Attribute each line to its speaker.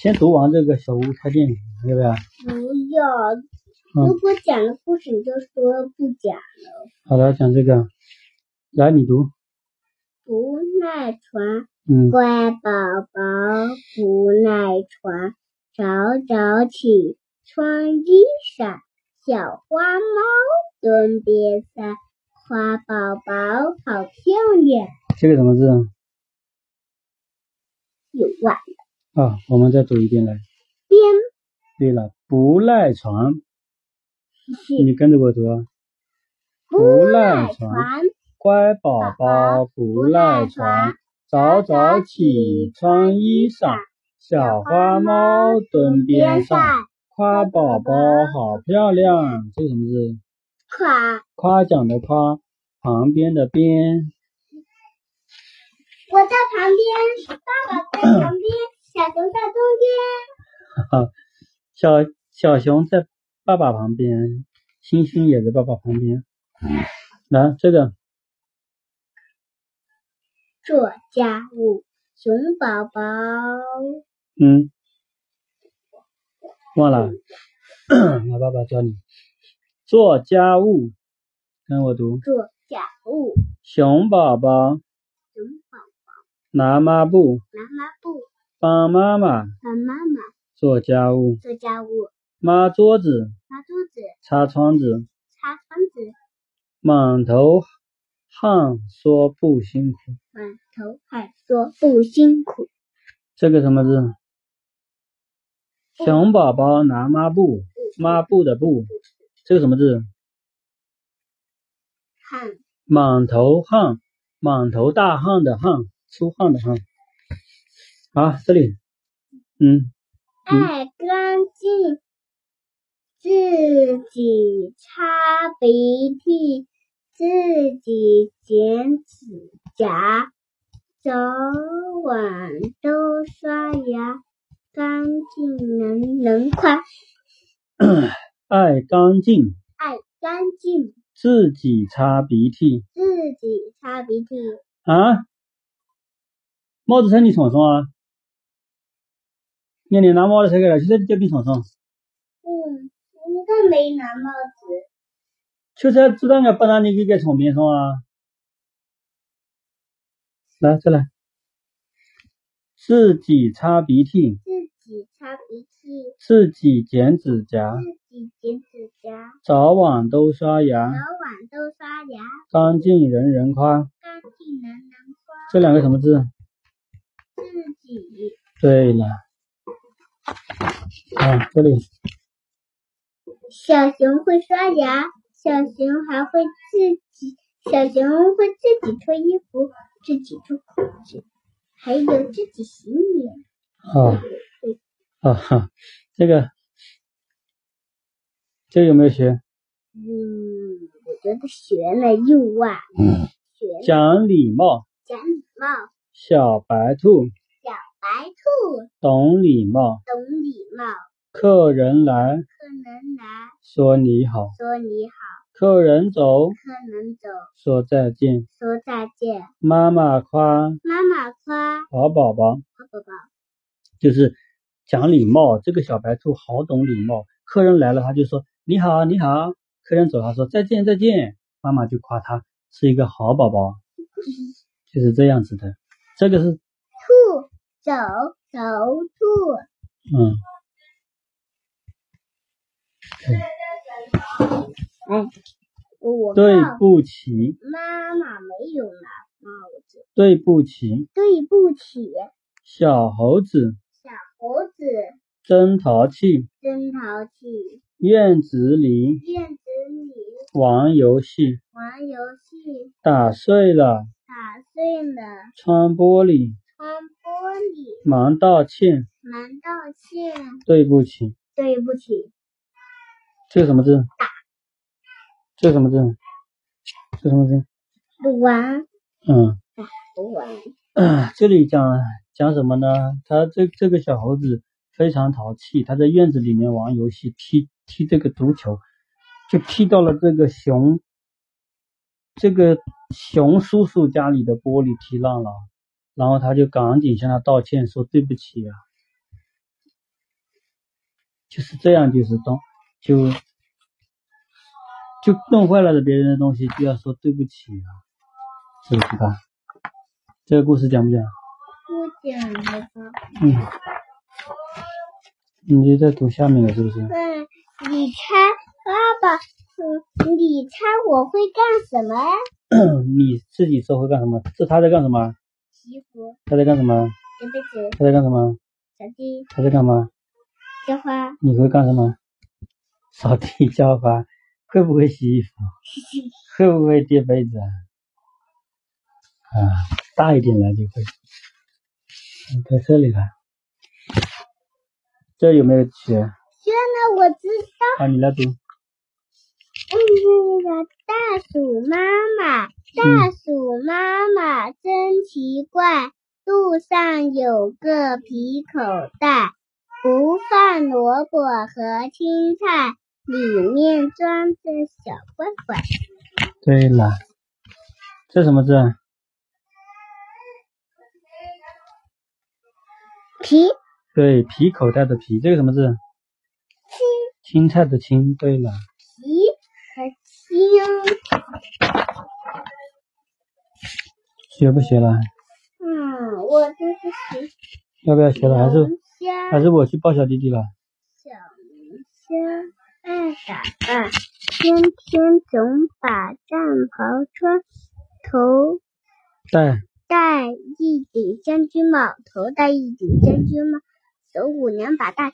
Speaker 1: 先读完这个小屋拆电影，要不要？
Speaker 2: 不要，如果讲了故事，你就说不讲。
Speaker 1: 好了，讲这个，来你读，
Speaker 2: 不耐烦，
Speaker 1: 嗯，
Speaker 2: 乖宝宝不耐烦，早早起穿衣裳，小花猫蹲边山，花宝宝好漂亮。
Speaker 1: 这个什么字啊？
Speaker 2: 有碗
Speaker 1: 啊，我们再读一遍来。
Speaker 2: 边
Speaker 1: 对了，不赖床，
Speaker 2: 是
Speaker 1: 你跟着我读啊。
Speaker 2: 不
Speaker 1: 赖
Speaker 2: 耐
Speaker 1: 床
Speaker 2: 烦，
Speaker 1: 乖宝宝不赖床，早早起穿衣裳，小花猫蹲边上，夸宝宝好漂亮。这个什么字？
Speaker 2: 夸
Speaker 1: 夸奖的夸，旁边的边。
Speaker 2: 我在旁边，爸爸在旁边，小熊在中间。
Speaker 1: 小小熊在爸爸旁边，星星也在爸爸旁边。来，这个
Speaker 2: 做家务，熊宝宝
Speaker 1: 嗯，忘了， 来爸爸教你做家务，跟我读。
Speaker 2: 做家务，
Speaker 1: 熊宝宝
Speaker 2: 熊宝
Speaker 1: 拿抹布
Speaker 2: 拿抹布，
Speaker 1: 帮妈妈
Speaker 2: 帮妈妈
Speaker 1: 做家务，
Speaker 2: 做家务，
Speaker 1: 抹桌子、
Speaker 2: 擦桌子，
Speaker 1: 擦窗子，
Speaker 2: 擦窗子，
Speaker 1: 满头汗说不辛苦。
Speaker 2: 满头汗说不辛苦。
Speaker 1: 这个什么字？熊宝宝拿抹布，抹布的布，这个什么字？
Speaker 2: 汗
Speaker 1: 满头汗，满头大汗的汗，出汗的汗。好，这里，嗯，嗯
Speaker 2: 爱干净，自己擦鼻涕，自己剪指甲，早晚都刷牙，干净能能快，
Speaker 1: 爱干净，
Speaker 2: 爱干净，
Speaker 1: 自己擦鼻涕
Speaker 2: 自己擦鼻涕，
Speaker 1: 啊。帽子车你闯闯啊！那你拿帽子车给来，就在这边闯闯，
Speaker 2: 嗯，应该没拿帽子，
Speaker 1: 就在知道俺不让你给给闯边上啊。来，再来，自己擦鼻涕，
Speaker 2: 自己擦鼻涕，
Speaker 1: 自己剪指甲。
Speaker 2: 自己剪指甲，
Speaker 1: 早晚都刷牙
Speaker 2: 早，晚都刷牙，
Speaker 1: 干净人人夸。
Speaker 2: 干净能能快。
Speaker 1: 这两个什么字？
Speaker 2: 自己
Speaker 1: 对了，啊，这里
Speaker 2: 小熊会刷牙，小熊还会自己，小熊会自己脱衣服，自己脱裤子，还有自己洗脸。
Speaker 1: 啊啊哈，这个这个有没有学？
Speaker 2: 嗯，我觉得学了又忘了，
Speaker 1: 嗯
Speaker 2: 学了
Speaker 1: 讲礼貌，
Speaker 2: 讲礼貌，
Speaker 1: 小白兔
Speaker 2: 白兔
Speaker 1: 懂礼貌，
Speaker 2: 懂礼貌，
Speaker 1: 客人来
Speaker 2: 客人来
Speaker 1: 说你好，
Speaker 2: 说你好，
Speaker 1: 客人走
Speaker 2: 客人走
Speaker 1: 说再见，
Speaker 2: 说再见，
Speaker 1: 妈妈夸
Speaker 2: 妈妈夸
Speaker 1: 好宝宝。
Speaker 2: 好宝宝，
Speaker 1: 就是讲礼貌。这个小白兔好懂礼貌，客人来了他就说你好你好，客人走他说再见再见，妈妈就夸他是一个好宝宝， 就是这样子的。这个是
Speaker 2: 兔走走兔。
Speaker 1: 嗯，
Speaker 2: 我我
Speaker 1: 对
Speaker 2: 告
Speaker 1: 不起
Speaker 2: 妈妈没有拿帽子，
Speaker 1: 对不起，
Speaker 2: 对不起，
Speaker 1: 小猴子
Speaker 2: 小猴子
Speaker 1: 真淘气，
Speaker 2: 真淘气，
Speaker 1: 院子里
Speaker 2: 院子里
Speaker 1: 玩游戏
Speaker 2: 玩游戏
Speaker 1: 打碎了
Speaker 2: 打碎了
Speaker 1: 窗玻璃，
Speaker 2: 窗玻璃，
Speaker 1: 忙道歉
Speaker 2: 忙道歉，
Speaker 1: 对不起，
Speaker 2: 对不起，
Speaker 1: 这个什么字？这个什么字？这个什么字？
Speaker 2: 不玩
Speaker 1: 嗯，
Speaker 2: 不玩，
Speaker 1: 啊 这里讲讲什么呢？他这这个小猴子非常淘气，他在院子里面玩游戏，踢踢这个足球，就踢到了这个熊，这个熊叔叔家里的玻璃踢烂了，然后他就赶紧向他道歉，说对不起啊，就是这样，就是动就就弄坏了别人的东西，就要说对不起啊，是不是吧？这个故事讲不讲？
Speaker 2: 不讲了吧？
Speaker 1: 嗯，你在读下面了是不是？
Speaker 2: 嗯，你猜爸爸，嗯，你猜我会干什么？
Speaker 1: 你自己说会干什么？这他在干什么？
Speaker 2: 祈福，
Speaker 1: 他在干什么？
Speaker 2: 这辈子，
Speaker 1: 他在干什么？
Speaker 2: 小鸡，
Speaker 1: 他在干嘛？
Speaker 2: 浇花，
Speaker 1: 你会干什么？扫地、浇花，会不会洗衣服？会不会叠被子啊？啊，大一点了就会。嗯在这里了，这有没有写？
Speaker 2: 那我知道，
Speaker 1: 好，你来读。
Speaker 2: 嗯，那个大鼠妈妈，大鼠妈妈真奇怪，路上有个皮口袋，不放萝卜和青菜，里面装着小罐罐。
Speaker 1: 对了，这什么字？啊？
Speaker 2: 皮
Speaker 1: 对，皮口袋的皮，这个什么字？青菜的青。对了，
Speaker 2: 皮和青，
Speaker 1: 学不学了？
Speaker 2: 嗯，我这是
Speaker 1: 要不要学了？还是
Speaker 2: 龙虾。
Speaker 1: 还是我去抱小弟弟了？
Speaker 2: 小明星爱打扮，天天总把战袍穿，头
Speaker 1: 带
Speaker 2: 戴一顶将军帽，头戴一顶将军帽，手舞两把大